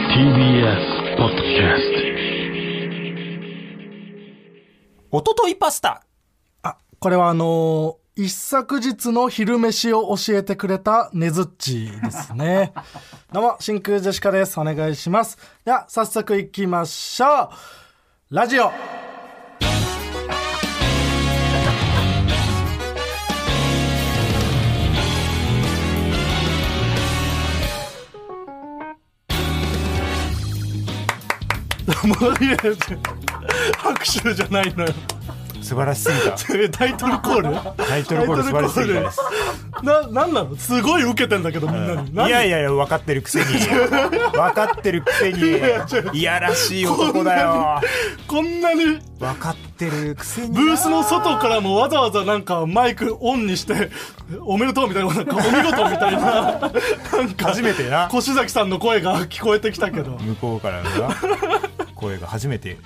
TBS ポッドキャストおとといパスタ。あ、これはあのー一昨日の昼飯を教えてくれたねずっちですね。どうも、真空ジェシカです。お願いします。では、早速行きましょう。ラジオ。もういや拍手じゃないのよ。素晴らしすぎた。えタイトルコー ルタイトルコール素晴らしすぎたです。な、なんなのすごい受けてんだけど、みんなに。い何やいやいや、分かってるくせに。分かってるくせに。いやらしい男だよ。こんなに、分かってるくせに。ブースの外からもわざわざなんかマイクオンにして、おめでとうみたいな、なんかお見事みたい な、なんか、初めてな越崎さんの声が聞こえてきたけど、向こうからのな声が初めて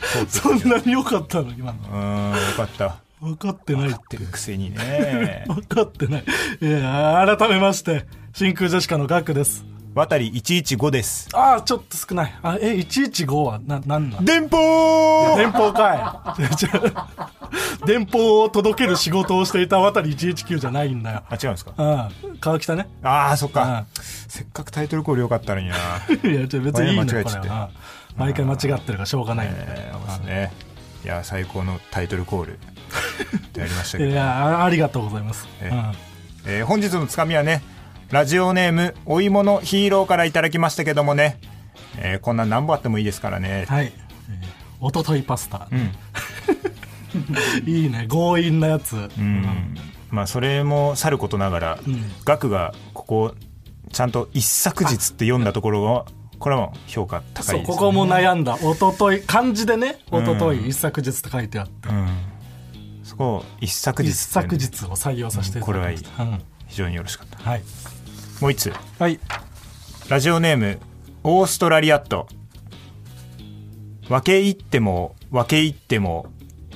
通ってきたそんなに良かったの今の。うーん、よかった。分かってないって。くせにね。分かってない。いや、改めまして、真空ジェシカのガクです。渡り115です。ああ、ちょっと少ない。あ、え、115は、な、なんなん電報 電報かい違う 電報を届ける仕事をしていた渡り119じゃないんだよ。あ、違うんですかうん。川北ね。 ああ、そっか。せっかくタイトルコールよかったのにな。いや、ちょ別にいいの間違よえこれちゃっては。うん毎回間違ってるからしょうがないんだよえーそうですね。いや、最高のタイトルコール。 やりましたけいど。や、あありがとうございます。えうえー本日のつかみはね、ラジオネーム、お芋のヒーローからいただきましたけどもね、えーこんな何本あってもいいですからねん。はい。おとといパスタう。ん。いいね。強引なやつ。うん。まあ、それもさることながら、額がここ、ちゃんと一昨日って読んだところが、これはもう評価高いでそす、う、ね。ここも悩んだ。おととい、漢字でね、おととうい、一昨日と書いてあって、うん。そこを一昨日一っていうの昨日を採用させていただきました。うんうん非常によろしかった。はい。もう一つ。はい。ラジオネーム、オーストラリアット。分け入っても、分け入っても、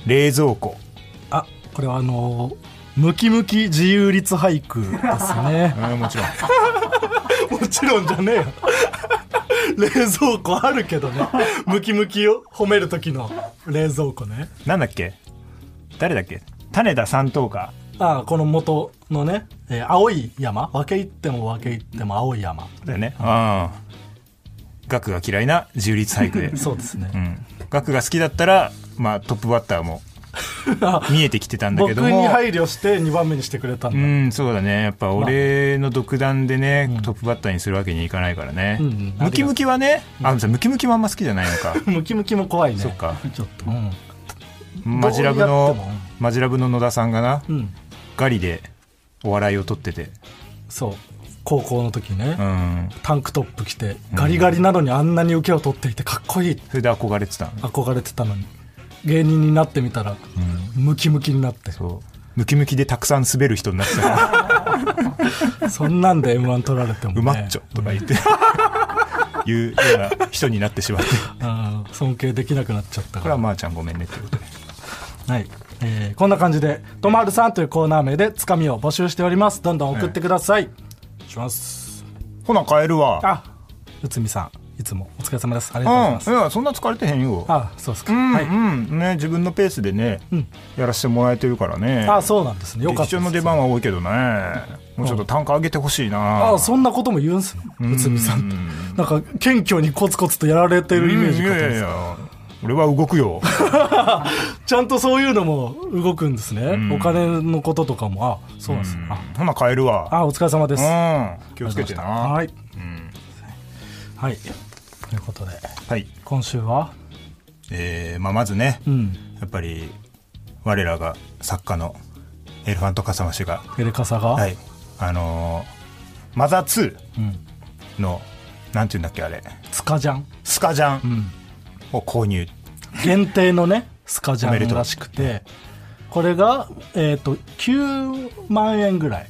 冷蔵庫。あこれはあのームキムキ自由律俳句ですねうん、もちろん。 もちろんじゃねえよ 冷蔵庫あるけどねムキムキを褒める時の冷蔵庫ねなんだっけ誰だっけ種田三等か。ああこの元のね、えー青い山分け入っても分け入っても青い山だよね。うん。額が嫌いな自由律俳句で。 そうですね、うん。額が好きだったら、まあ、トップバッターも 見えてきてたんだ僕けども。に配慮して2番目にしてくれたんだ、うん、そうだね。やっぱ俺の独断でね、トップバッターにするわけにいかないからね。うんうんムキムキはね、あ、ムキムキはあんま好きじゃないのか。ムキムキも怖いねそっかちょっとうん、マジラブどうやっのても、マジラブの野田さんがな、うん、ガリでお笑いを取ってて、そう高校の時ね、うん。タンクトップ着てガリガリなのにあんなに受けを取っていてかっこいいそれで憧れてたの。憧れてたのに芸人になってみたら、ムキムキになってそう。ムキムキでたくさん滑る人になってた から、そんなんで m 1取られても、ね、うまっちょとか言って、いうような人になってしまって。うん尊敬できなくなっちゃったこれかはまーちゃんごめんねってことで。ら、はいえーこんな感じで「とまるさん」というコーナー名でつかみを募集しておりますどんどん送ってください、お願いしますほな、帰るわ。あ内海さんいつもお疲れ様ですありうがとうございん。まいす、や、そんな疲れてへんよ。あそうですか、うん、はい、うんね自分のペースでね、やらせてもらえてるからねあそうなんですねよか劇った場でのす出番は多いけどねもうちょっと単価上げてほしいなあそんなことも言うんすね内海さんってなんか謙虚にコツコツとやられてるイメージいかと思っやていや俺は動くよちゃんとそういうのも動くんですね。お金のこととかも。あ、そうなんですね。あほな帰るわあ、お疲れ様です。うん気をつけてなはい。はい。ということで、はい今週はえーまあ、まずね、んやっぱり我らが作家のエレファントカサマシがエレカサが、はいあのーマザー2の、なんていうんだっけあれスカジャン。スカジャンを購入、限定のね、スカジおめでャンとうらしくて、これが、えっ、と、9万円ぐらい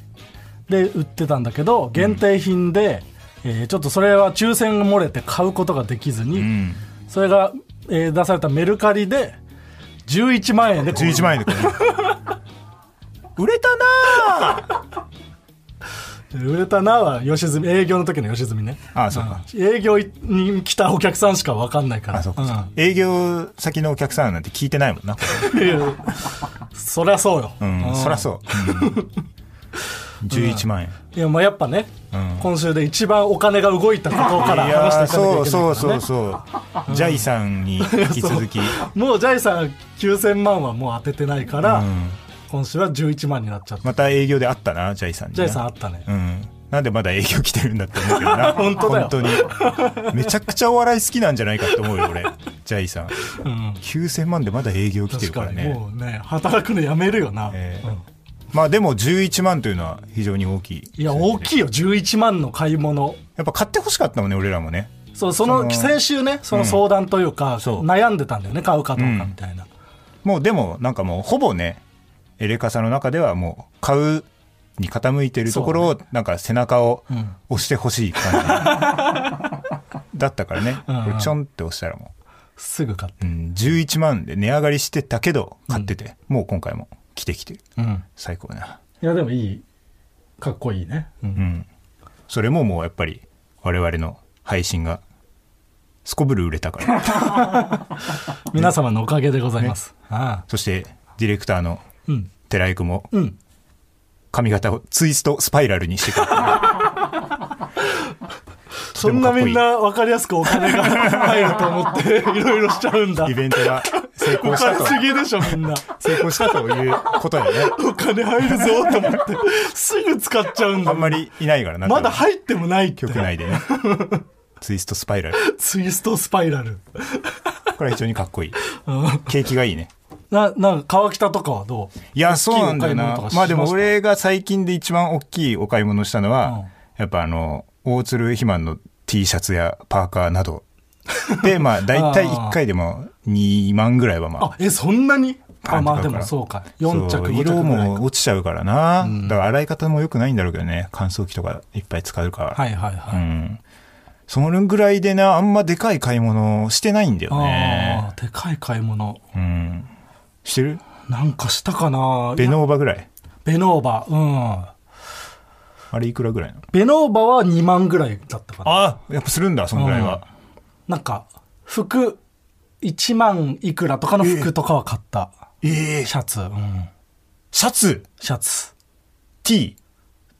で売ってたんだけど、限定品で、えーちょっとそれは抽選が漏れて買うことができずに、うん、それが、えー出されたメルカリで、11万円で購入 11万円でこれ売れたなあ売れたなは吉住営業の時の吉住ねああそうか営業に来たお客さんしか分かんないからあそうかそうか営業先のお客さんなんて聞いてないもんなうんいやいやそりゃそうよ、うんそりゃそう、うん、11万 円いやまあやっぱね、うん今週で一番お金が動いたことからいや話ーしていかなきゃそそういけないうから、ね、そうそうジャイさんに引き続 きもうジャイさん9000万はもう当ててないから、うん今週は11万になっちゃった、また営業で会ったなジャイさんにジなャイさんあったね、うんなんでまだ営業来てるんだって思うけどな 本当だよにめちゃくちゃお笑い好きなんじゃないかって思うよ俺ジャイさんうん9000万でまだ営業来て確るかからにねもうね働くのやめるよな、ええうんまあでも11万というのは非常に大きいいや大きいよ11万の買い物やっぱ買ってほしかったもんね俺らもねそうそのその先週ねその相談というか、そう悩んでたんだよね買うかどうかみたいな、もうでもなんかもうほぼねエレカサの中ではもう買うに傾いてるところをなんか背中をん押してほしい感じだったからねうんこれちょんって押したらもすぐ買ってう、うん、11万で値上がりしてたけど買ってて、もう今回も来てきてる最高だな、いやでもいいかっこいいね、うんうん、それももうやっぱり我々の配信がすこぶる売れたから 皆様のおかげでございます、ああそしてディレクターのうん寺井君もうん髪型をツイストスパイラルにしてくれた そんなみんな分かりやすくお金が入ると思っていろいろしちゃ うんだイベントが成お功した金とすぎでしょみんな成功したということやねお金入るぞと思ってすぐ使っちゃうんあだんまりいないからなまだ入ってもないって曲内 でねツイストスパイラルツイストスパイラルこれは非常にかっこい い景気がいいねななんか川北とかはどういやそうなんだよ大きいお買い物となかしましたまあでも俺が最近で一番大きいお買い物したのは、うんやっぱあの大鶴肥満の T シャツやパーカーなどでまあ大体1回でも2万ぐらいはまああえそんなにパあンとまかあかでらもそうか4そう色着5着ぐらいかも落ちちゃうからな、だから洗い方も良くないんだろうけどね乾燥機とかいっぱい使うから、はいはいはい、うんそのぐらいでなあんまでかい買い物してないんだよあねあでかい買い物うんしてるなんかしたかなベノーバぐらいベノーバうんあれいくらぐらいなのベノーバは2万ぐらいだったかなあやっぱするんだそのぐらいは、なんか服1万いくらとかの服とかは買った、ええシャツ、うん、シャツシャツ T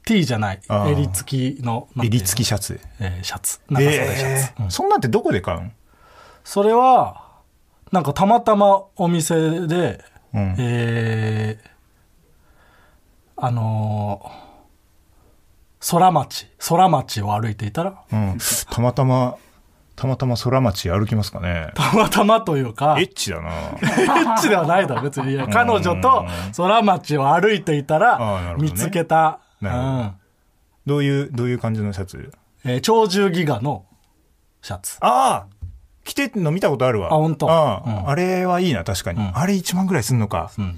T じゃないあー襟付きのなんて襟いうの付きシャツえーシャツ長袖シャツ、ええうんそんなんてどこで買うんそれはなんかたまたまお店で、うんえーあのー空町空町を歩いていたらうん、たまたまたまたま空町歩きますかねたまたまというかエエッチだなッチではないだろ別にいや彼女と空町を歩いていたあーなるらほどね見つけた、なるほどどういうどういう感じのシャツうんえー鳥獣ギガのシャツああ着てんの見たことあるわ。あほんとああうんあれはいいな、確かに。んあれ1万ぐらいすんのか。うん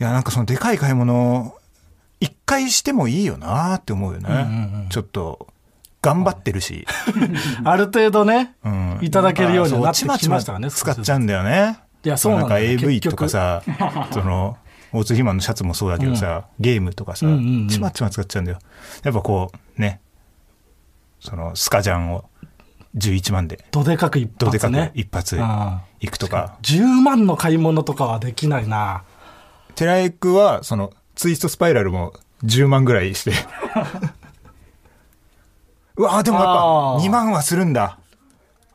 いや、なんかそのでかい買い物、一回してもいいよなって思うよね。ちょっと、頑張ってるし。ある程度ね、うん いただけるようになってきなんかそうましたからねちまちま使っちゃうんだよね。いやそうなんまあだよなんか AV と結局かさ、 その、大津肥満のシャツもそうだけどさ、ゲームとかさ、うんうんうんちまちま使っちゃうんだよ。やっぱこう、ね、その、スカジャンを11万で、どでかく一どでか発くね一発うん行くとか。 10万の買い物とかはできないな寺井くんは、その、ツイストスパイラルも10万ぐらいして。 うわあでもやっぱあー2万はするんだ。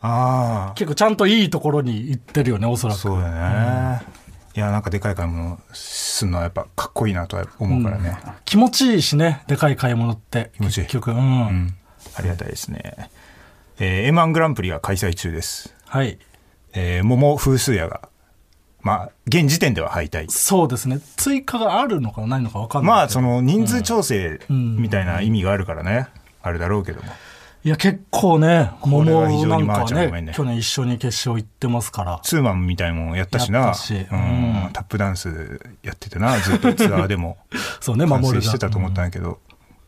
あ結構ちゃんといいところに行ってるよねおそらあ。くそうだね。いや、なんかでかい買い物するのはやっぱかっこいいなとは思うからね。気持ちいいしねでかい買い物って気持ちいい結局うん、うん。ありがたいですね。えー M1 グランプリが開催中です。はいえー、桃風数屋が、まあ、現時点では敗退。そうですね追加があるのかないのか分かんないまあ、けそどの人数調整みたいな意味があるからね。あるだろうけども。いや結構ねれ桃は非な常にんかまーはちゃんごねめんね去年一緒に決勝行ってますからツーマンみたいもんやったしなやったしうんうんタップダンスやっててなずっとツアーで もそうね完守成るして たと思ったんだけど、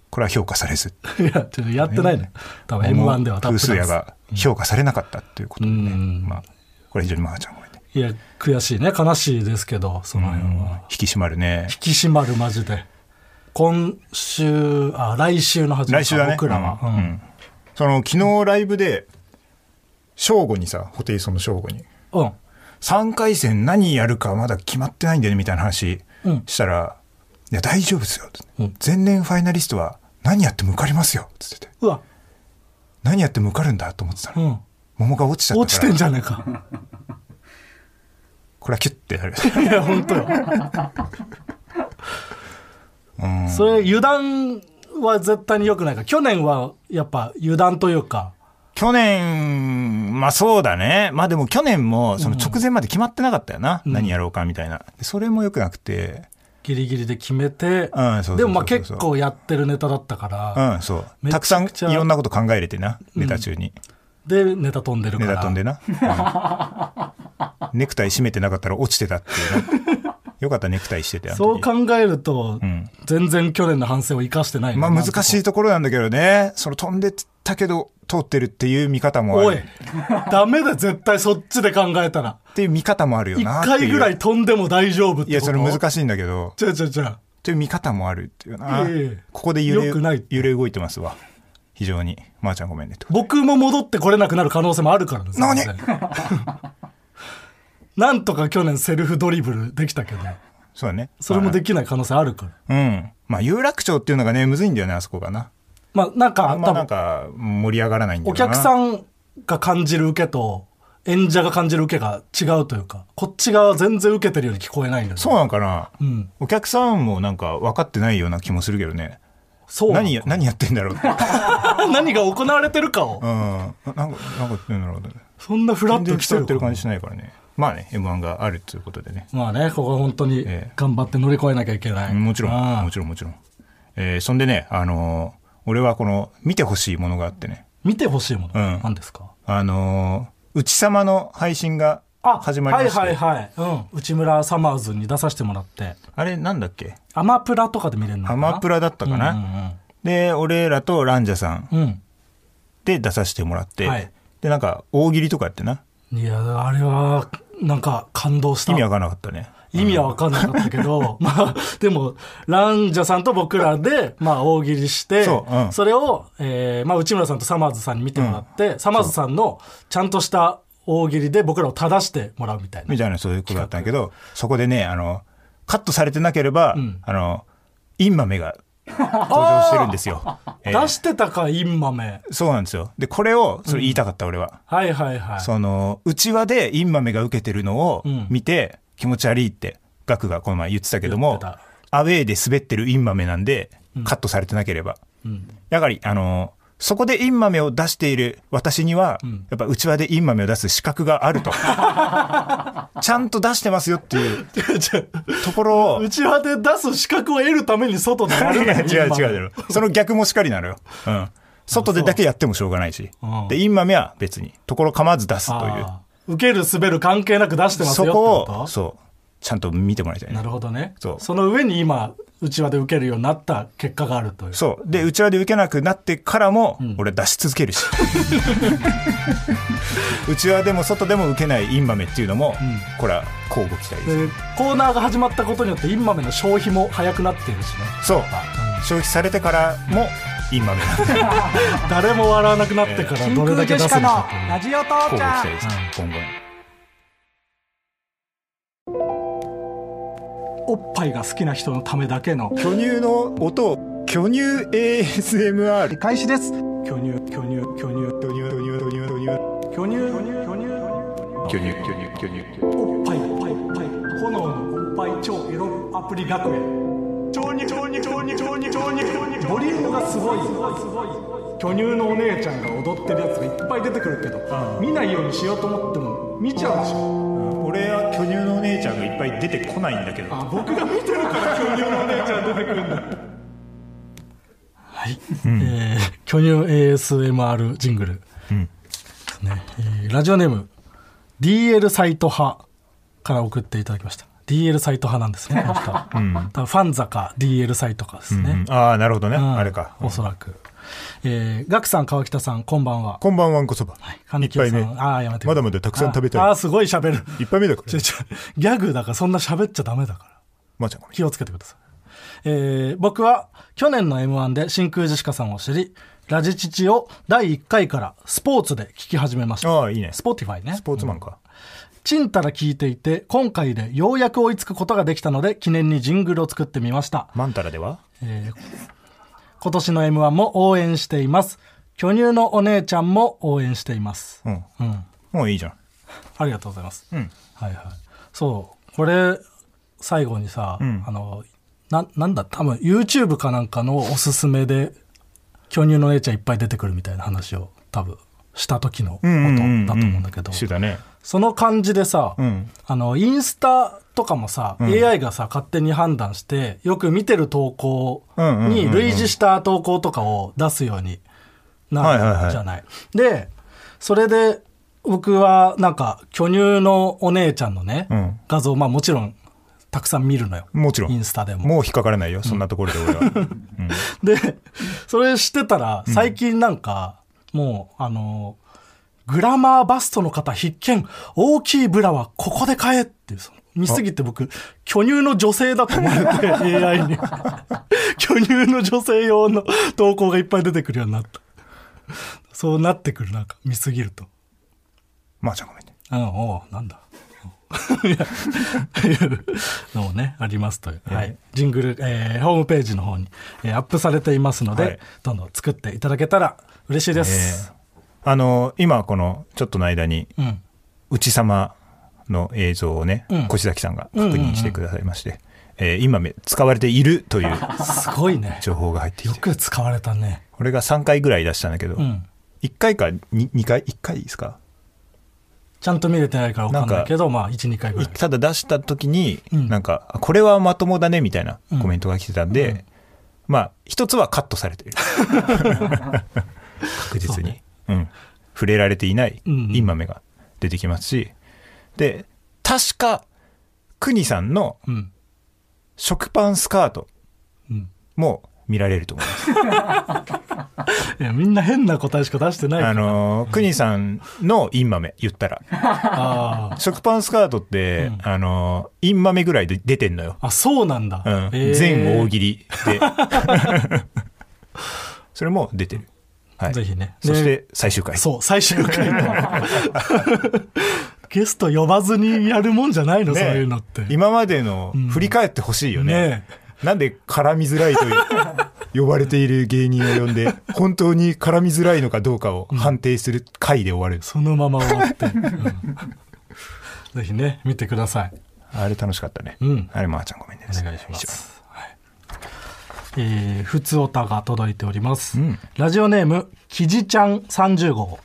これは評価されずいやちょっとやってないね多分 m 1ではト多ゥ分ースヤが評価されなかったっていうことでね、うんまあ、これ非常にまーちゃんごめんね、いや悔しいね悲しいですけどその辺は、引き締まるね引き締まるマジで今週あ来週の初め来週だね僕らは、うんうんうんその昨日ライブで正午にさホテイソンの正午にうん3回戦何やるかまだ決まってないんだよねみたいな話うんしたら「いや大丈夫ですよ」ってうん前年ファイナリストは何やっても受かりますよ」っつっててうわ何やっても受かるんだと思ってたうの、ん桃が落ちちゃった落ちかてらんじゃねえかこれはキュッてやるいや本当ようんそれ油断は絶対に良くないから去年はやっぱ油断というか 去年まあそうだねまあでも去年もその直前まで決まってなかったよな、うん何やろうかみたいなでそれもよくなくてギリギリで決めうんそてうそうそうそうでもまあ結構やってるネタだったから、うんそうめちたゃくくちゃさんいろんなこと考えれてなネタ中に、でネタ飛んでるかネらタ飛んでな、 うんネクタイ締めてなかったら落ちてたっていうなよかったネクタイしててあの時そう考えると、うん全然去年の反省を生かしてないまなあ難しいところなんだけどねその飛んでたけど通ってるっていう見方もあおいるダメだ絶対そっちで考えたらっていう見方もあるよ一なって回いうぐらい飛んでも大丈夫ってこといやそれ難しいんだけどじゃあじゃあじゃあという見方もあるっていうな、ええここで揺れよくない揺れ動いてますわ非常にまー、ちゃんごめんねってこと僕も戻ってこれなくなる可能性もあるからね何全然 なんとか去年セルフドリブルできたけどそうだねそれもできない可能性あるからうんまあ有楽町っていうのがねむずいんだよねあそこがなまあなんかあんま多なん分か盛り上がらないんだおよな客さんが感じる受けと演者が感じる受けが違うというかこっち側は全然受けてるように聞こえないんだよねそうなのかな、うんお客さんもなんか分かってないような気もするけどねそうなの何や何やってんだろうって、うん、 何が行われてるかを、ななんかなんかやってんだろうってそんなフラッ全と然来て競るってる感じしないからねまあね m 1があるっていうことでねまあねここは本当にええ頑張って乗り越えなきゃいけない、もちろああん、もちろん、もちろん。えーそんでね、あのー俺はこの、見てほしいものがあってね、見てほしいもの、うん何ですかあのー、内様の配信が始まりまして、はいはいはい、うん、内村サマーズに出させてもらってあれなんだっけアマプラとかで見れるのかアなマプラだったかな、で、俺らとランジャさんうんうんうん、で出させてもらって、はいで、なんか、大喜利とかやってな、うん、いやあれはなんか感動した意味わからなかったね。意味は分かんなかったけ ど、まあ、でも、ランジャさんと僕らで、まあ、大喜利して、そそううんれを、えーまあ、内村さんとサマーズさんに見てもらって、サマーズさんの、ちゃんとした大喜利で僕らを正してもらうみたいなみ。たいな、そういうことだったんだけど、そこでね、あの、カットされてなければ、んあの、インマメが登場してるんです よ。えー出してたか、インマメ。そうなんですよ。で、これを、それ言いたかった、俺は。はいはいはい。その、内輪でインマメが受けてるのをうん見て、気持ち悪いって、ガクがこの前言ってたけど言っもてた、アウェイで滑ってるインマメなんで、カットされてなければ。やはり、あの、そこでインマメを出している私には、やっぱ内輪でインマメを出す資格があ ると。ちゃんと出してますよっていう ところを、うちわで出す資格を得るために外でやるいなやよ 違うインマメ違うだろ。その逆もしかりなのよ。うん。外でだけやってもしょうがないしうん。で、インマメは別に、ところ構わず出すという。あー受ける滑る関係なく出してますそよってここを、とそう、ちゃんと見てもらいたいなね。るほどね。そうその上に今、うちわで受けるようになった結果があるという。そう。で、うちわで受けなくなってからも、俺は出し続けるし。 うちわでも外でも受けないインマメっていうのも、これは交互期待です。でコーナーが始まったことによってインマメの消費も早くなっているしねそう。消費されてからも、インマメなんで誰も笑わなくなってからどれだけ出すのかというジオ父交互期待です。今後に。おっぱいが好きな人のためだけの巨乳の音を、巨乳 ASMR。開始です巨乳巨乳巨乳巨乳、巨乳、巨乳、巨乳。巨乳巨乳巨乳巨乳巨乳巨乳おっぱいおっぱいおっぱい炎のおっぱい超エロアプリ学園超に超に超に超に超にボリュームがすごい巨乳のお姉ちゃんが踊ってるやつがいっぱい出てくるけど見ないようにしようと思っても見ちゃうでしょ俺は巨乳のお姉ちゃんがいっぱい出てこないんだけど。僕が見てるから巨乳のお姉ちゃん出てくるんだはい、えー巨乳 ASMR ジングル、ですねえーラジオネーム DL サイト派から送っていただきました DL サイト派なん ですねこの人は、多分ファンザか DL サイトかですね、うんああ、なるほどね。うんあれか。おそらく、えーガクさん川北さんこんばんはこんばんはんこそば。神木さん一杯目あーやめてまだまだたくさん食べたいあーあーすごい喋る一杯目だかちょら。ちょギャグだからそんな喋っちゃダメだからまーちゃんごめん。気をつけてください。えー僕は去年の M1 で真空ジェシカさんを知り、ラジチチを第1回からスポーツで聞き始めました。ああいいねスポーティファイね。スポーツマンか。チンタラ聞いていて、今回でようやく追いつくことができたので、記念にジングルを作ってみました。マンタラでは今年の M1 も応援しています。巨乳のお姉ちゃんも応援しています。うん。うん。もういいじゃん。ありがとうございます。んはいはい。そう。これ、最後にさ、んあの、な、なんだ、多分 YouTube かなんかのおすすめで、巨乳のお姉ちゃんいっぱい出てくるみたいな話を、多分、した時の音うんうんうんだと思うんだけど、そうだね。その感じでさ、うんあの、インスタとかもさ、AI がさ、勝手に判断して、よく見てる投稿うんうんうんうにん類似した投稿とかを出すようになるじゃない。で、それで、僕はなんか、巨乳のお姉ちゃんのね、うん画像、まあもちろん、たくさん見るのよ。もちろんインスタでも。もう引っかからないよ、そんなところで俺は。 うんで、それしてたら、最近なんか、もう、あの、グラマーバストの方必見、大きいブラはここで買えっていう、その見すぎて僕、巨乳の女性だと思われて、AI に。巨乳の女性用の投稿がいっぱい出てくるようになった。そうなってくる、なんか、見すぎると。まあちゃんごめんね。あの、おうなんだ。 いや、のもね、ありますという。はい。ジングル、えーホームページの方に、えーアップされていますので、はいどんどん作っていただけたら嬉しいです。あの、今この、ちょっとの間に、うん。内様の映像をね、うん越崎さんが確認してくださいまして、えー今め使われているというすごいね。情報が入ってきよて、く使われたね。俺が3回ぐらい出したんだけど、うん。 1回か 2, 回 ?1 回ですかちゃんと見れてないからわかんないけど、まあ、1、2回ぐらい。ただ出した時に、うんなんか、あこれはまともだねみたいなうんコメントが来てたんで、まあ、一つはカットさ れている。確実に。うん。触れられていない、うんうんインマメが出てきますし、で、確か、クニさんのうん。食パンスカートうん。も見られると思います。いや、みんな変な答えしか出してないかあら。のー、クニさんのインマメ言った ら。あー食パンスカートって、うんあのー、インマメぐらいで出てんのよ。あ、そうなんだ。うんえー全大喜利でそれも出てる、はい、ぜひねそして最終回そう、最終回と。ゲスト呼ばずにやるもんじゃないの、ねそういうのって。今までの振り返ってほしいよね,、ねなんで絡みづらいという呼 ばれている芸人を呼んで本当に絡みづらいのかどうかを判定する回で終わる、そのまま終わって。うんぜひね、見てください。あれ楽しかったね、うんあれまーちゃんごめんねお願いします。はいえー、ふつおたが届いております。うんラジオネーム、きじちゃん30号。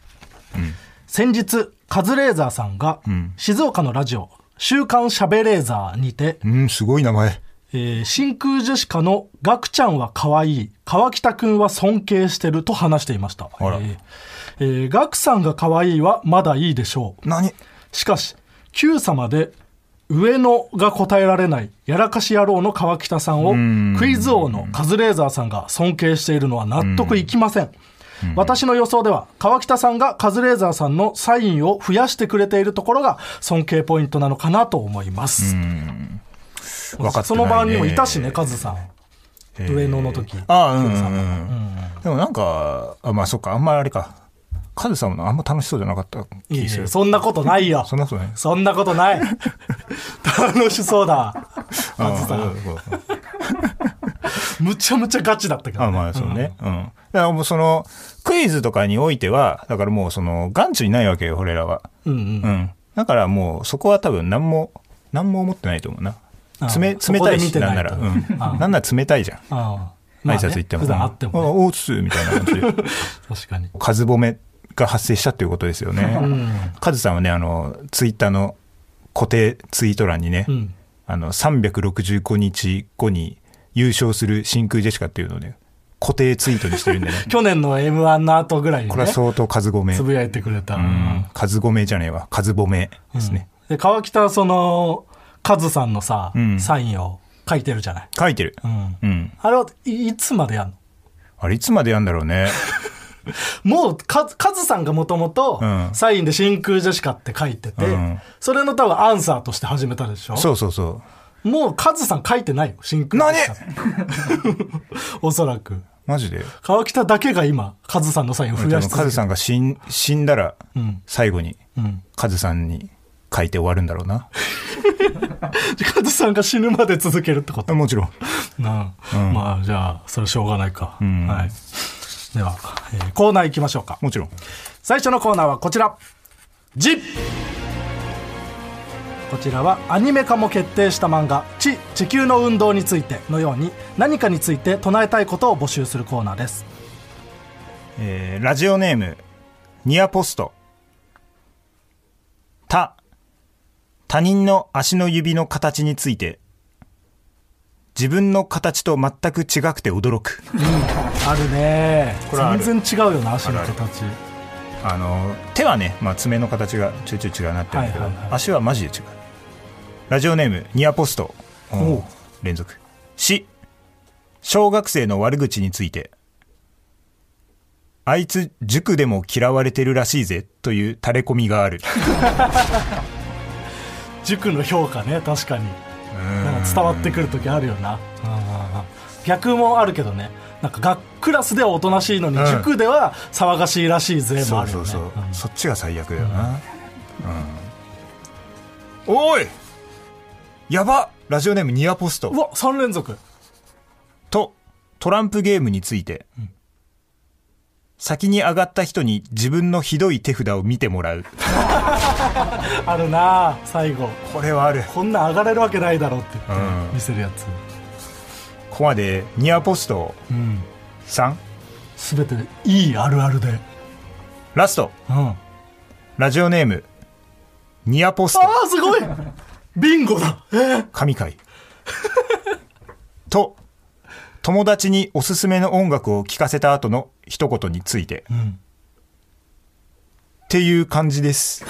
先日、カズレーザーさんが、ん静岡のラジオ、週刊しゃべレーザーにて、一番うんすごい名前えー真空ジェシカのガクちゃんは可愛い、川北くんは尊敬してると話していました。あらえーえーガクさんが可愛いはまだいいでしょう。何しかし、Q 様で上野が答えられないやらかし野郎の川北さんをクイズ王のカズレーザーさんが尊敬しているのは納得いきません。私の予想では川北さんがカズレーザーさんのサインを増やしてくれているところが尊敬ポイントなのかなと思います。分かってないねその場にもいたしね、カズさん。えー上野の時。ああ、うんうんうん、でもなんか、あまあそっか、あんまりあれか。カズさんもあんま楽しそうじゃなかったい気やすいる。やそんなことないよ。そんなことない。そんなこ とない。楽しそうだ。カズさああん。むちゃむちゃガチだったけどああ、まあそうね。うん。だからもうその、クイズとかにおいては、だからもうその、眼中にないわけよ、俺らは。うんうんうん。だからもう、そこは多分何も、何も思ってないと思うな。ああ冷冷たいそこで見し、てなないんなら。うん。なんなら冷たいじゃん。ああ挨拶行っても。普段会ってああもねおうつーみたいな感じで。確かに数褒めが発生したということですよね。カズさんはね、あの、ツイッターの固定ツイート欄にね、うんあの、365日後に優勝する真空ジェシカっていうのをね、固定ツイートにしてる んでね。去年の m 1の後ぐらいにこれはね相当数褒め。つうぶやいてくれた、ん。数褒めじゃねえわ。数褒めですね。で川北はそのカズさんのさ、うんサインを書いてるじゃない、書いてる。うん、うん。あれはいいつまでやんのあれ、いつまでやんだろう ね。もうカズカズさんがもともとうんサインで「真空ジェシカ」って書いてて、うんそれの多分アンサーとして始めたでしょそうそうそう。もうカズさん書いてないよ、真空何ジェシカ おそらく。マジで川北だけが今、カズさんのサインを増でやもしカズ続けさんが死ん死んだらん最後にうんカズさんに書いて終わるんだろうな、てカズさんが死ぬまで続けるってこと。もちろんなあまあ、じゃあ、それはしょうがないか。んはい。では、えーコーナー行きましょうか。もちろん最初のコーナーはこちらジッこちらはアニメ化も決定した漫画「地地球の運動」についてのように何かについて唱えたいことを募集するコーナーですえーラジオネーム、ニアポスト。他、他人の足の指の形について、自分の形と全く違くて驚く。あるねこれはある全然違うよな足のある形あの、手はね、まあ、爪の形がちょいちょい違うなってるんだけど、はいはいはい足はマジで違う。ラジオネーム、ニアポスト。おうおう連続。し、小学生の悪口について、あいつ塾でも嫌われてるらしいぜという垂れ込みがある。塾の評価ね確かになんか伝わってくる時あるよな逆もあるけどねなんか学クラスではおとなしいのに、うん塾では騒がしいらしいぜもそあうるよそねうそう、んそっちが最悪だよな、うんおいやばラジオネームニアポスうトわ3連続とトランプゲームについて、先に上がった人に自分のひどい手札を見てもらうあるな最後これはあるこんなん上がれるわけないだろうって言ってうん見せるやつ、ここまでニアポストうん、 3全ていいあるあるで、ラストうん、あラジオネームニアポストあすごいビンゴだえー神回と友達におすすめの音楽を聴かせた後の一言について、んっていう感じ です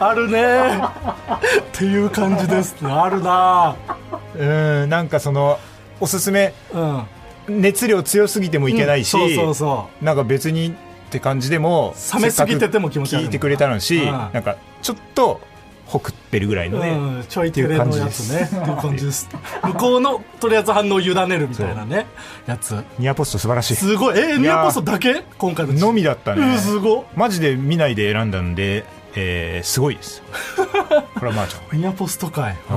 あるねっていう感じですあるなうんなんかそのおすすめうん熱量強すぎてもいけないし、うんそうそうそなんか別にって感じでも冷めすぎてても気持ち悪せっかいく聞いてくれたのし、うん、なんかちょっとほくってるぐらいうのね、うん、ちょい照れのやつねっていう感じです向こうのとりあえず反応を委ねるみたいなねやつニアポスト素晴らしいすごいえー、いニやーアポストだけ今回ののみだったうねんすごマジで見ないで選んだんで、えーすごいです これはまあちゃんいニアポストかい、う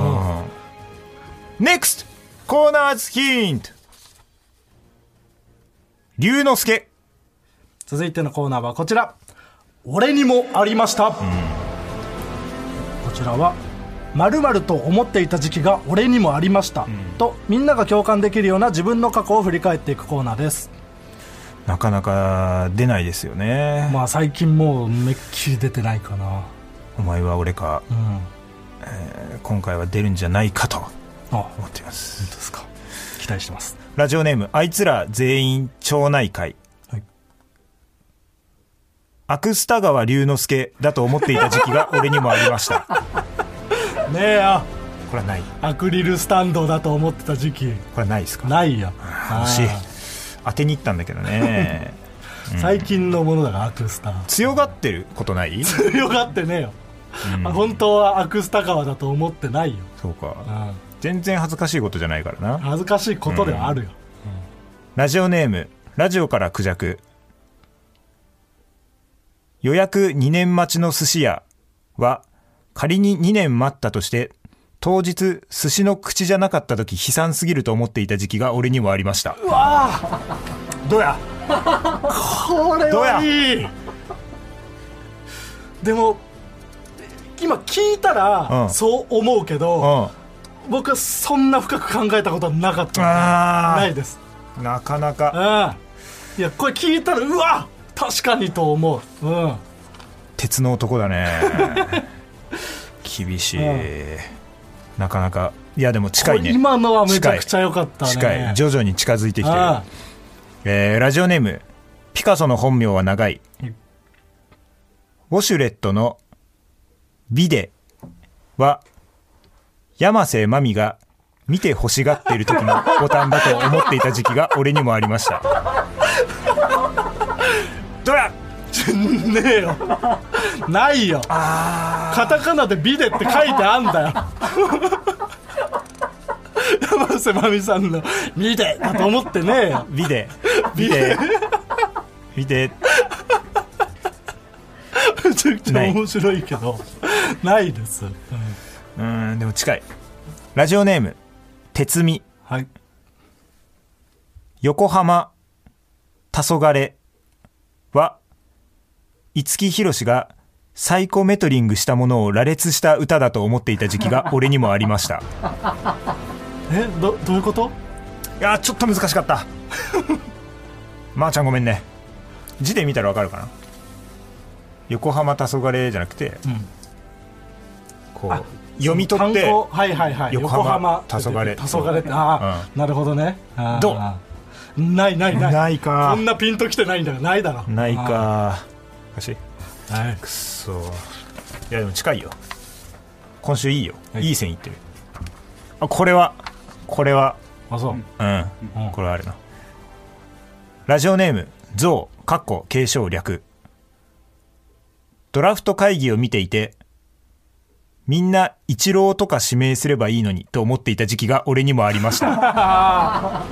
ん NEXT コーナーズヒント龍之介続いてのコーナーはこちら俺にもありました、こちらは〇〇と思っていた時期が俺にもありました、とみんなが共感できるような自分の過去を振り返っていくコーナーですなかなか出ないですよね、まあ最近もうめっきり出てないかなお前は俺かうん今回は出るんじゃないかと思あ本っています当ですか期待してますラジオネームあいつら全員町内会、はいアクスタ川龍之介だと思っていた時期 が俺にもありましたこねえあれはないアクリルスタンドだと思ってた時期これはないですかないや惜しいあ当てに行ったんだけど ねー最近のものだからアクスタ強がってることない強がってねえ よ、あ本当はアクスタ川だと思ってないよ、そうかうん全然恥ずかしいことじゃないからな恥ずかしいことではあるよ、ラジオネームラジオからクジャク予約2年待ちの寿司屋は仮に2年待ったとして当日寿司の口じゃなかった時悲惨すぎると思っていた時期が俺にもありましたどうやこれどうやはいいでも今聞いたうらんそう思うけうど、ん僕はそんな深く考えたことはなかったあないーですなかなうんかいやこれ聞いたらうわ確かにと思ううん鉄の男だね 厳しい、うなかなかいやでも近いこねれ今のはめちゃくちゃ良かったね近い徐々に近づいてきてるあえーラジオネーム、ピカソの本名は長い。ウォシュレットのビデは、山瀬まみが見て欲しがっている時のボタンだと思っていた時期が俺にもありました。どうやちねえよないよカタカナで「ビデ」って書いてあんだよ山瀬まみさんの「ビデ」だと思ってねえよビデビデビデめちゃくちゃ面白いけどないです、うんうーんでも近いラジオネーム鉄美はい横浜黄昏は五木ひろしがサイコメトリングしたものを羅列した歌だと思っていた時期が俺にもありましたえどどういうこと いやーちょっと難しかった まーちゃんごめんね字で見たらわかるかな横浜黄昏じゃなくて、んこう読み取って観光はいはいはい横横浜浜黄昏黄昏ってああ、なるほどねああどないないないないかこんなピンときてないんだからないだろないかおかしいああはいくそいやでも近いよ今週いいよ、はいい、い線いってるあこれはこれはあそう、うん、これはあるなラジオネームゾウかっこ継承略ドラフト会議を見ていてみんな一郎とか指名すればいいのにと思っていた時期が俺にもありました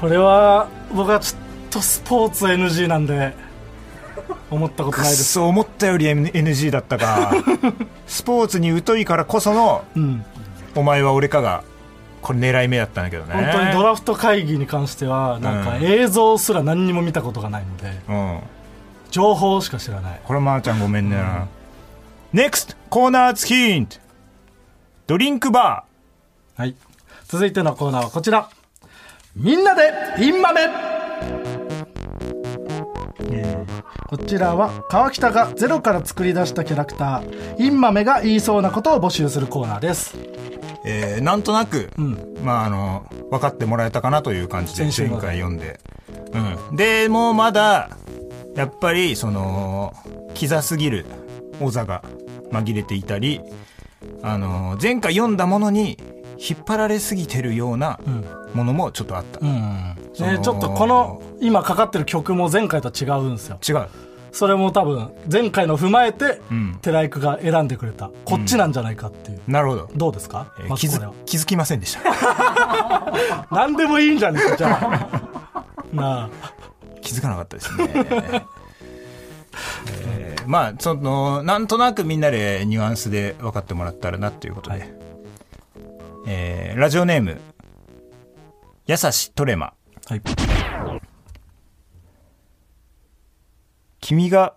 これは僕はちょっとスポーツ NG なんで思ったことないですそう思ったより NG だった かスポーツに疎いからこそのうんお前は俺かがこれ狙い目だったんだけどね本当にドラフト会議に関してはなんかうん映像すら何にも見たことがないのでうん情報しか知らないこれまーちゃんごめんねな、NEXT コーナーズヒントドリンクバはい続いてのコーナーはこちらみんなでインマメこちらは川北がゼロから作り出したキャラクターインマメが言いそうなことを募集するコーナーですー、えーなんとなく、んまああの分かってもらえたかなという感じで先週前の回読んで、うん、でもうまだやっぱりそのキザすぎる王座が紛れていたりあの前回読んだものに引っ張られすぎてるようなものもちょっとあった、うんそのね、ちょっとこの今かかってる曲も前回と違うんですよ違うそれも多分前回の踏まえてん寺井君が選んでくれたこっちなんじゃないかっていう、なるほど、どうですか、えーま気ずこれづは気づきませんでした何でもいいんじゃねえかじゃあ なあ気づかなかったですね。えーまあそのなんとなくみんなでニュアンスで分かってもらったらなということで、えーラジオネーム「やさしトレマはい、」 「君が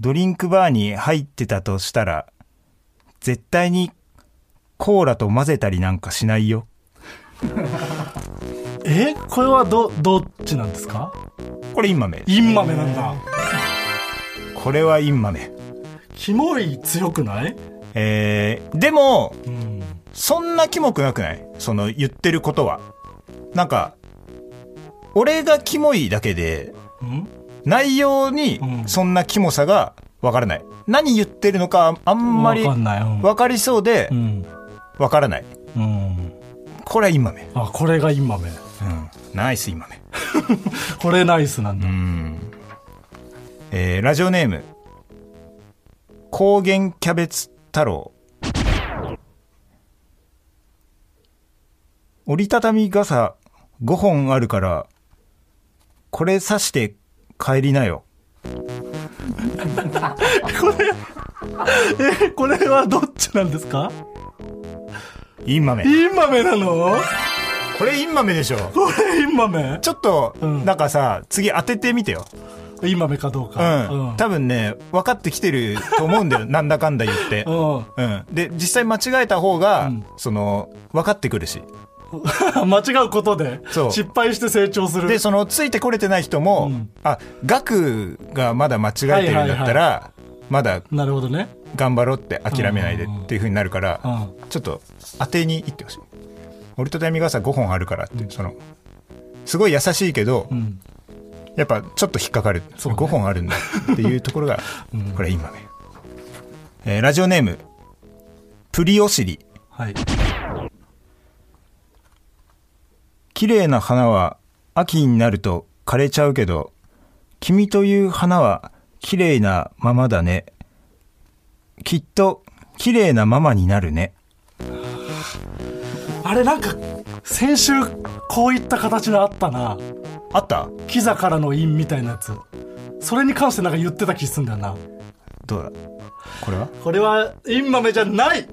ドリンクバーに入ってたとしたら絶対にコーラと混ぜたりなんかしないよえこれはどどっちなんですか」これインマメインマメなんだこれはインマメ、キモい強くないえーでもうんそんなキモくなくないその言ってることは。なんか、俺がキモいだけで、うん内容にうんそんなキモさがわからない。何言ってるのかあんまりわかんないうんわかりそうでう、んわからない。うんこれはインマメ。あこれがインマメうん。ナイスインマメ。これナイスなんだ、うん。えー、ラジオネーム、高原キャベツ太郎。折りたたみ傘5本あるから、これ刺して帰りなよ。えこれはどっちなんですかインマメ。インマメなのこれインマメでしょ。これインマメちょっと、うんなんかさ、次当ててみてよ。インマメかどううかん。多分ね、分かってきてると思 うんだよ。なんだかんだ言って。うん うん。で、実際間違えた方が、うんその、分かってくるし。間違うことでそう失敗して成長 するでそのついてこれてない人も、うんあ額がまだ間違えてるんだったら、まだなるほどね、頑張ろうって諦めないでうんうんうんっていうふうになるから、うん、ちょっと当てにいってほしい折りたたみ傘5本あるからっていうそのすごい優しいけど、んやっぱちょっと引っかかる、そうね5本あるんだっていうところ が、これ今ね、えーラジオネームプリオシリはい綺麗な花は秋になると枯れちゃうけど君という花は綺麗なままだね。きっと綺麗なままになるね。あれなんか先週こういった形のあったなあったキザからの印みたいなやつそれに関してなんか言ってた気すんだよなどうだこれはこれはインマメじゃない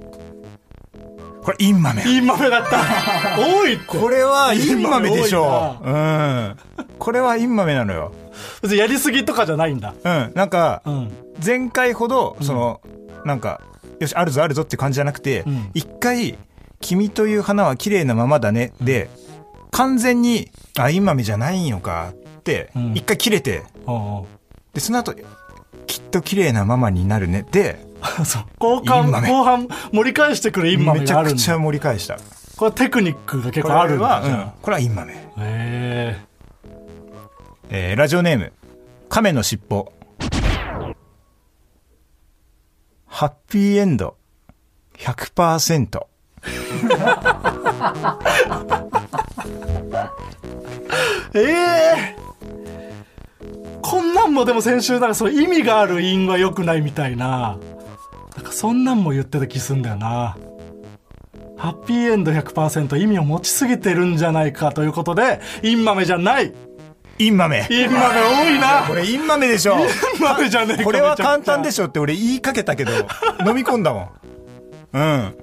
これ、インマメ。インマメだった 多いってこれは、インマメでしょイう。ンマメうん。これは、インマメなのよ。別にやりすぎとかじゃないんだうん。なんかう、ん前回ほど、その、なんか、よし、あるぞあるぞって感じじゃなくてん、一回、君という花は綺麗なままだね。で、完全に、あ、インマメじゃないのかってん、一回切れて、おうで、その後、きっと綺麗なままになるね。で、おう そう後半インマメ後半盛り返してくるインマメめちがあゃるくんちゃだ盛り返した。これテクニックが結こ構あるれんだじは、ゃうん。これはインマメ。あへええーラジオネーム、亀のしっぽ。ハッピーエンド100%。ええこんなんもでも先週なんかその意味がある因は良くないみたいななんかそんなんも言ってた気すんだよなハッピーエンド100%意味を持ちすぎてるんじゃないかということでインマメじゃないインマメ。インマメ多いなこれインマメでしょ。インマメじゃねえかこれは簡単でししょって俺言いかけたけ ど、飲み込んだもん。うん。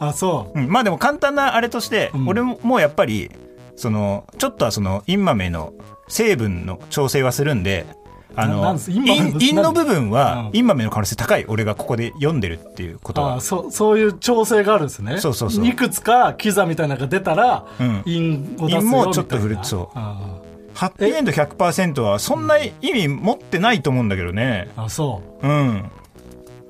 あそううん、まあでも簡単なあれとして、ん俺ももうやっぱり、その、ちょっとはその、インマメの成分の調整はするんで、あななのんで、すインマメの陰陰の部分はう、んインマメの可能性高い。俺がここで読んでるっていうことあはあ。そうそういう調整があるんですねそうそうそういくつかキザみたいなのが出たら、うん因を出すよみたいな因もちょっと振るそうあハッピーエンド100%はそんな意味持ってないと思うんだけどね。ああそううん。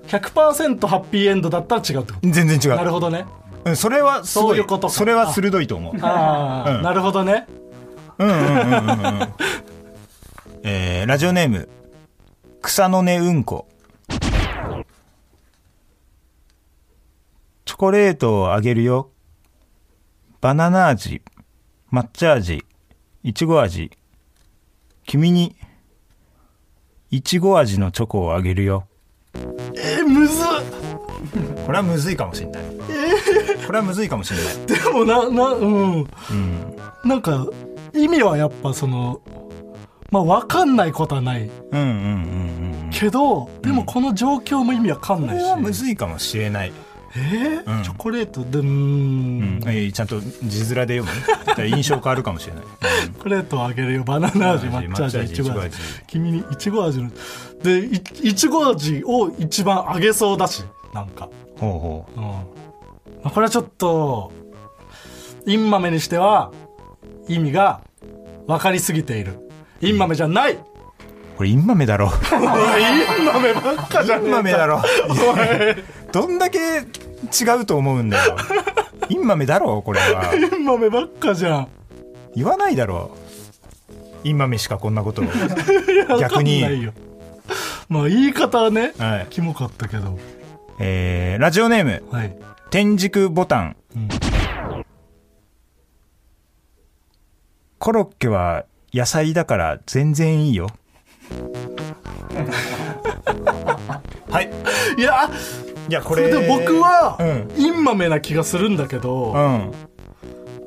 100%ハッピーエンドだったら違うってこ全然違とう。なるほどねうん、それはすごい、そういうことかそれは鋭いと思う。ああ、うんなるほどねうんうんうんうんうん。えー、ラジオネーム、草の根うんこ。チョコレートをあげるよ。バナナ味、抹茶味、いちご味。君に、いちご味のチョコをあげるよ。えむずっこれはむずいかもしれない。これはむずいかもしれない。でもななうん、なんか意味はやっぱそのまあ分かんないことはなういんうんうんうん。けど、でもこの状況も意味わかんこないれしはむずいかもしれない。えーうんチョコレートでうーうんん、えーちゃんと字面で読むね。だから印象変わるかもしれない。チョコレート をあげるよバナナ味抹茶味いちご味君にいちご味のでいいちご味を一番あげそうだしなんかほうほう。うんまあ、これはちょっとインマメにしては意味が分かりすぎているインマメじゃない、これ、インマメだろ。おいインマメばっかじゃイねンマメえかだろ。どんだけ違うと思うんだよ。インマメだろ、これは。インマメばっかじゃん言わないだろ。インマメしかこんなことを。逆分かんないに。よまあ言い方はね、はいキモかったけどえー、ラジオネーム、はい天竺ボタン、うんコロッケは野菜だから全然いいよはいいやいやここれれで僕は、うんインマメな気がするんだけうど、ん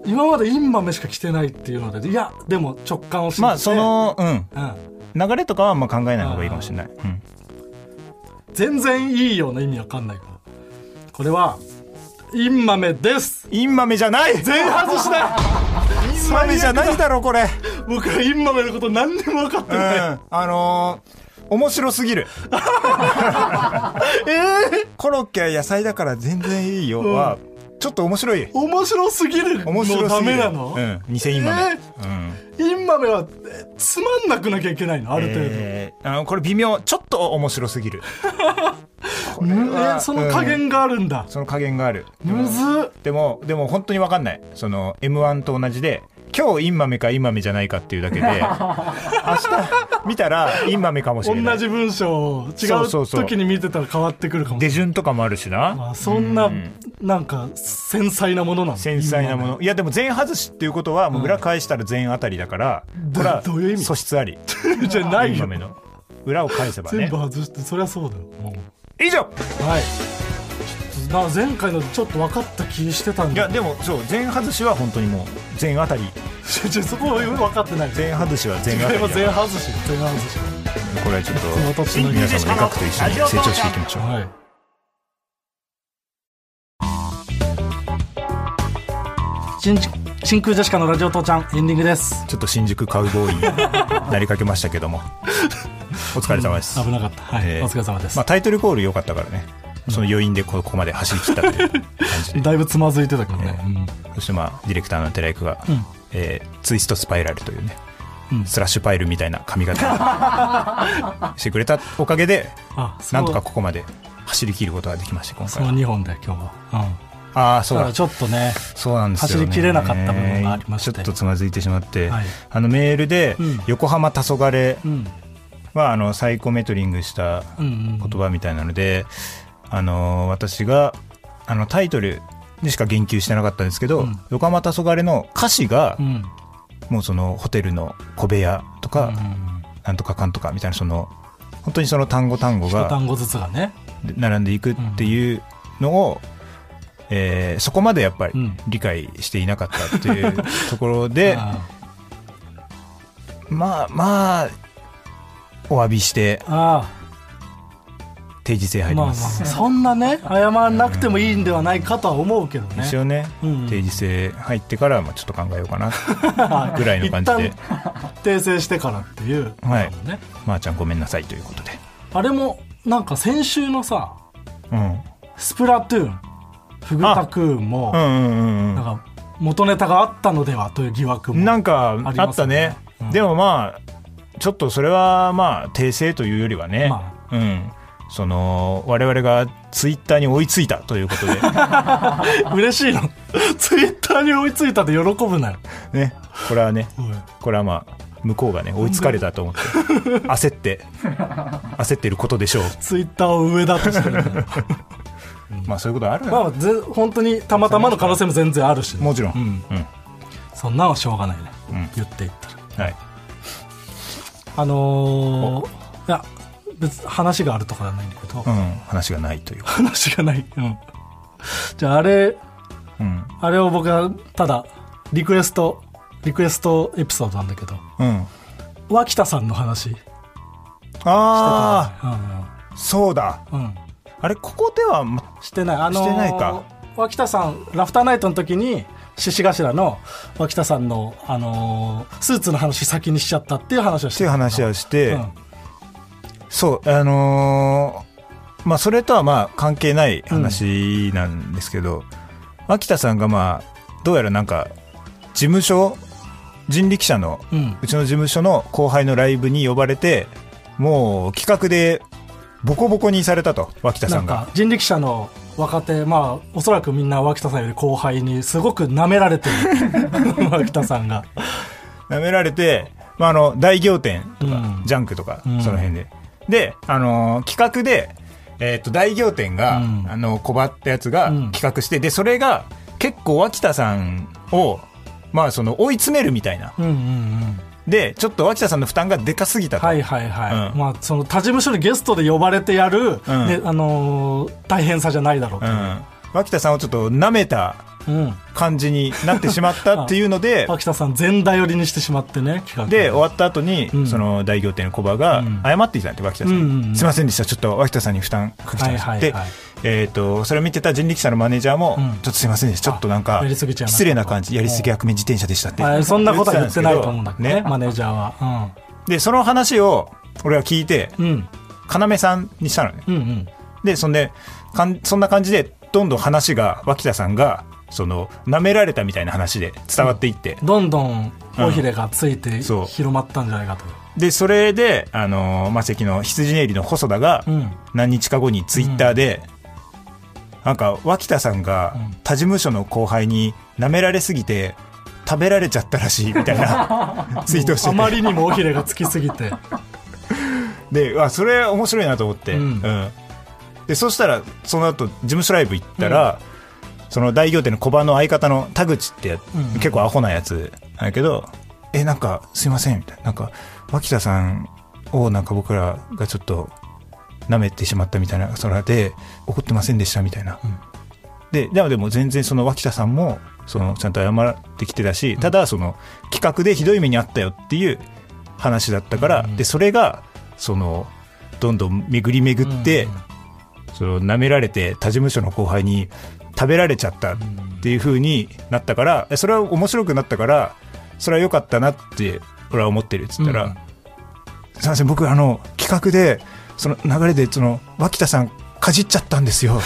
今までインマメしか来てないっていうのでいやでも直感を信じてまあそ、のうんうん、流れとかはあんま考えない方がいいかもしれない、うん、全然いいような意味わかんないからこれはインマメですインマメじゃないイ全外しないンマメじゃないだろこれうん僕はインマメのこと何にも分かってない、あのー、面白すぎるえコロッケは野菜だから全然いいよは、ちょっと面白い面白すぎる面白すぎるのダメなの、うん偽インマメ、うんインマメはえつまんなくなきゃいけないのある程度、えーあのこれ微妙ちょっと面白すぎ るこれうんはえその加うん減があるんだ、その加減があるむずっでもでも本当に分かんないその m 1と同じで今日インマメかインマメじゃないかっていう だけで明日見たらインマメかもしれな同いじ文章を違そうそううそう時に見てたら変わってくるかも手順とかもあるしなあそんな、なんか繊細なものなの繊細なものいやでも全外しっていうことはもう裏返したら全当たりだから、どこれはどういう意味素質あり じゃないインよマメの裏を返せば全ね部外してそりゃそうだよ、以上はいちょっとな前回のちょっと分かった気してたんいやだでもそう全外しは本当にもう全当たりちょちょそこは分かってない全外しは全当あたれりはだ全外し全外しこれはちょっと私の皆さんの学と一緒に成長していきましょうはい新真空ジェシカのラジオ父ちゃんエンディングですちょっと新宿カウボーイになりかけましたけど もお疲れ様です、危なかったはい、えーお疲れ様です、まあ、タイトルコール良かったからねその余韻でここまで走り切ったっていう感じでだいぶつまずいてたけどね、うんそしてまあディレクターの寺井君が、んえーツイストスパイラルというね、うんスラッシュパイルみたいな髪型 にしてくれたおかげであそなうんとかここまで走り切ることができました今そ回のは2本で今日は、うん、ああそだうからだちょっとねそうなんですよ、ね、走り切れなかった部分がありましてちょっとつまずいてしまって、はいあのメールでうん「横浜黄昏うんはあのサイコメトリングしたうんうん言葉みたいなので、あの私があのタイトルにしか言及してなかったんですけど、うん横浜黄昏の歌詞が、うんもうそのホテルの小部屋とか、なんとかかんとかみたいなその本当にその単語単語一が単語ずつがね並んでいくっていうのを、えーそこまでやっぱうりん理解していなかったって いうところで、あまあまあお詫びしてあ定時制入りまあまあます。そんなね謝らなくてもいいんではないかとは思うけどね一応ね、うん定時制入ってからまあちょっと考えようか なぐらいの感じで一訂正してからっていう、はいねまー、ちゃんごめんなさいということで、あれもなんか先週のさうん、スプラトゥーンフグタクーンも、うんうんうんうなんか元ネタがあったのではという疑惑もんなんかりますよねあったねうんでもまあちょっとそれはまあ訂正というよりはね、まうんその我々がツイッターに追いついたということで嬉しいの ツイッターに追いついたで喜ぶなよ ねこれはねおいこれはまあ向こうがね追いつかれたと思って焦って焦ってることでしょうツイッターを上だとしてるん だよまあそういうことあるよまあぜ本当にたまたまの可能性も全然あるしね、もちろん、うんうんそんなのはしょうがないね、ん言っていったらはいあのー、いや別に話があるとかじゃないんだけど、うん、話がないというか、話がない、うん、 じゃああれうんあれを僕はただリクエストリクエストエピソードなんだけどうん、脇田さんの話ああ、あそうだうんうん、あれここではましてないあのーしてないか脇田さんラフターナイトの時に獅子頭の脇田さんの、あのースーツの話先にしちゃったっていう話をしってていう話をはして、そうあのーまあそれとはまあ関係ない話なんですけど、秋田さんがまあどうやらなんか事務所人力車のうん、うんうちの事務所の後輩のライブに呼ばれてもう企画でボコボコにされたと脇田なさんんかが人力車の若手まあおそらくみんな脇田さんより後輩にすごく舐められて る脇田さんが、舐められて、まあ、あの大仰天とか、うんジャンクとか、んその辺でで、あのー企画で、えー、と大仰天が、うんあの小ばったやつがうん企画して、でそれが結構脇田さんを、まあ、その追い詰めるみたいなうんうんうん、でちょっと脇田さんの負担がでかすぎたと、はいはいはい、うんまあその他事務所にゲストで呼ばれてやんる、ねあのー大変さじゃないだろううと、ん、脇田さんをちょっと舐めたうん感じになってしまったっていうの で脇田さん全台寄りにしてしまってね企画で終わった後に、んその大仰天のコバがん謝っていたんだって脇田さんに、うんうんうんすいませんでしたちょっと脇田さんに負担かけてました、はいはいはいで、えー、とそれを見てた人力車のマネージャーも、んちょっとすいませんでしたちょっとなんあかやりすぎちゃいました失礼な感じやりすぎ悪面自転車でしたってあそんなことは言ってない言と思うんただんけですどねねマネージャーは、でその話を俺は聞いてうん、うん要さんにしたのねうんうんでそんでかんそんな感じでどんどん話が脇田さんがその舐められたみたいな話で伝わっていって、どんどん尾ひれがついてそう広まったんじゃないかと、でそれであのマセキの羊ネイリの細田が、うん何日か後にツイッターで、なんか脇田さんが他事務所の後輩に舐められすぎて食べられちゃったらしいみたい なツイートをしてあてまりにも尾ひれがつきすぎてであそれ面白いなと思って、ううんんでそしたらその後事務所ライブ行ったら、その大行店の小判の相方の田口ってや結構アホなやつなんやけど、え、なんかすいません、みたいな。なんか、脇田さんをなんか僕らがちょっと舐めてしまったみたいな、それで怒ってませんでしたみたいな。で、でもでも全然その脇田さんも、そのちゃんと謝ってきてたし、ただその企画でひどい目にあったよっていう話だったから、で、それが、その、どんどん巡り巡って、その舐められて他事務所の後輩に食べられちゃったっていう風になったから、えそれは面白くなったからそれは良かったなって俺は思ってるっつったら、うんすいません僕あの企画でその流れでその脇田さんかじっちゃったんです よ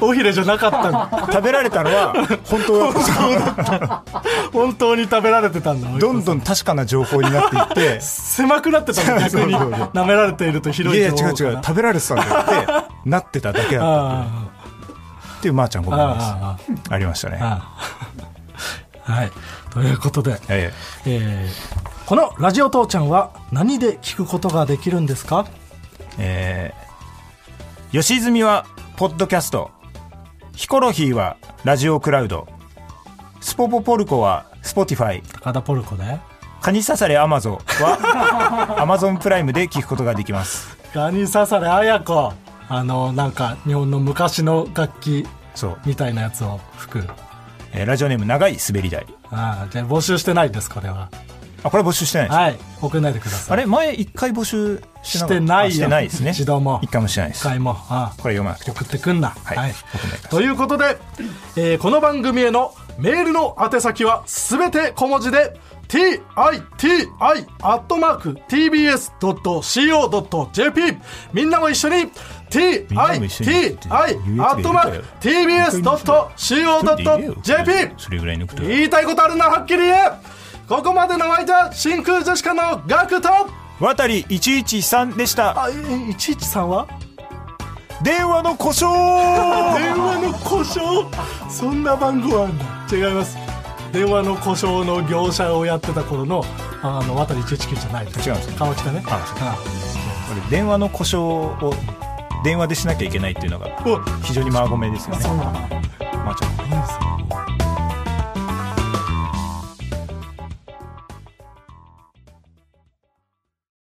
おひれじゃなかった食べられたのは本当はの本当に食べられてたんだどんどん確かな情報になっていって狭くなって たの逆にそうそうそう舐められていると広いいやいや違う違う情報かな食べられてたんだよってなってただけだっあたっていうまーちゃんごあめんなさああいありましたねはいということで、いやいやえーこの「ラジオ父ちゃん」は何で聞くことができるんですかえー、吉住はポッドキャストヒコロヒーはラジオクラウドスポポポルコはスポティファイ高田ポルコでカニ刺されアマゾは アマゾンプライムで聞くことができますガニササレ綾子あのなんか日本の昔の楽器そう、みたいなやつを吹くえーラジオネーム長い滑り台ああじゃあ募集してないですこれはあこれ募集してないです、はい送らないでくださいあれ前一回募集してなかったしてないあしてないよですね一度も一回もしてないで一す回もああこれ読まなくて送ってくんなはい、はい僕もやりますということで、えーこの番組へのメールの宛先はすべて小文字で titi.tbs.co.jp みんなも一緒みんになも一緒に言えよ titi.tbs.co.jp それぐらい抜くと言いたいことあるなはっきり言えここまでの間真空ジェシカのガクと渡り113でしたあえいちいちさんは電話の故障電話の故障そんな番号あんだ違います電話の故障の業者をやってた頃のあの渡り119じゃないです違うんですね川北ねあ俺電話の故障を電話でしなきゃいけないっていうのがうんお非常にマーゴメですよねそうなのいいまあちょっとですね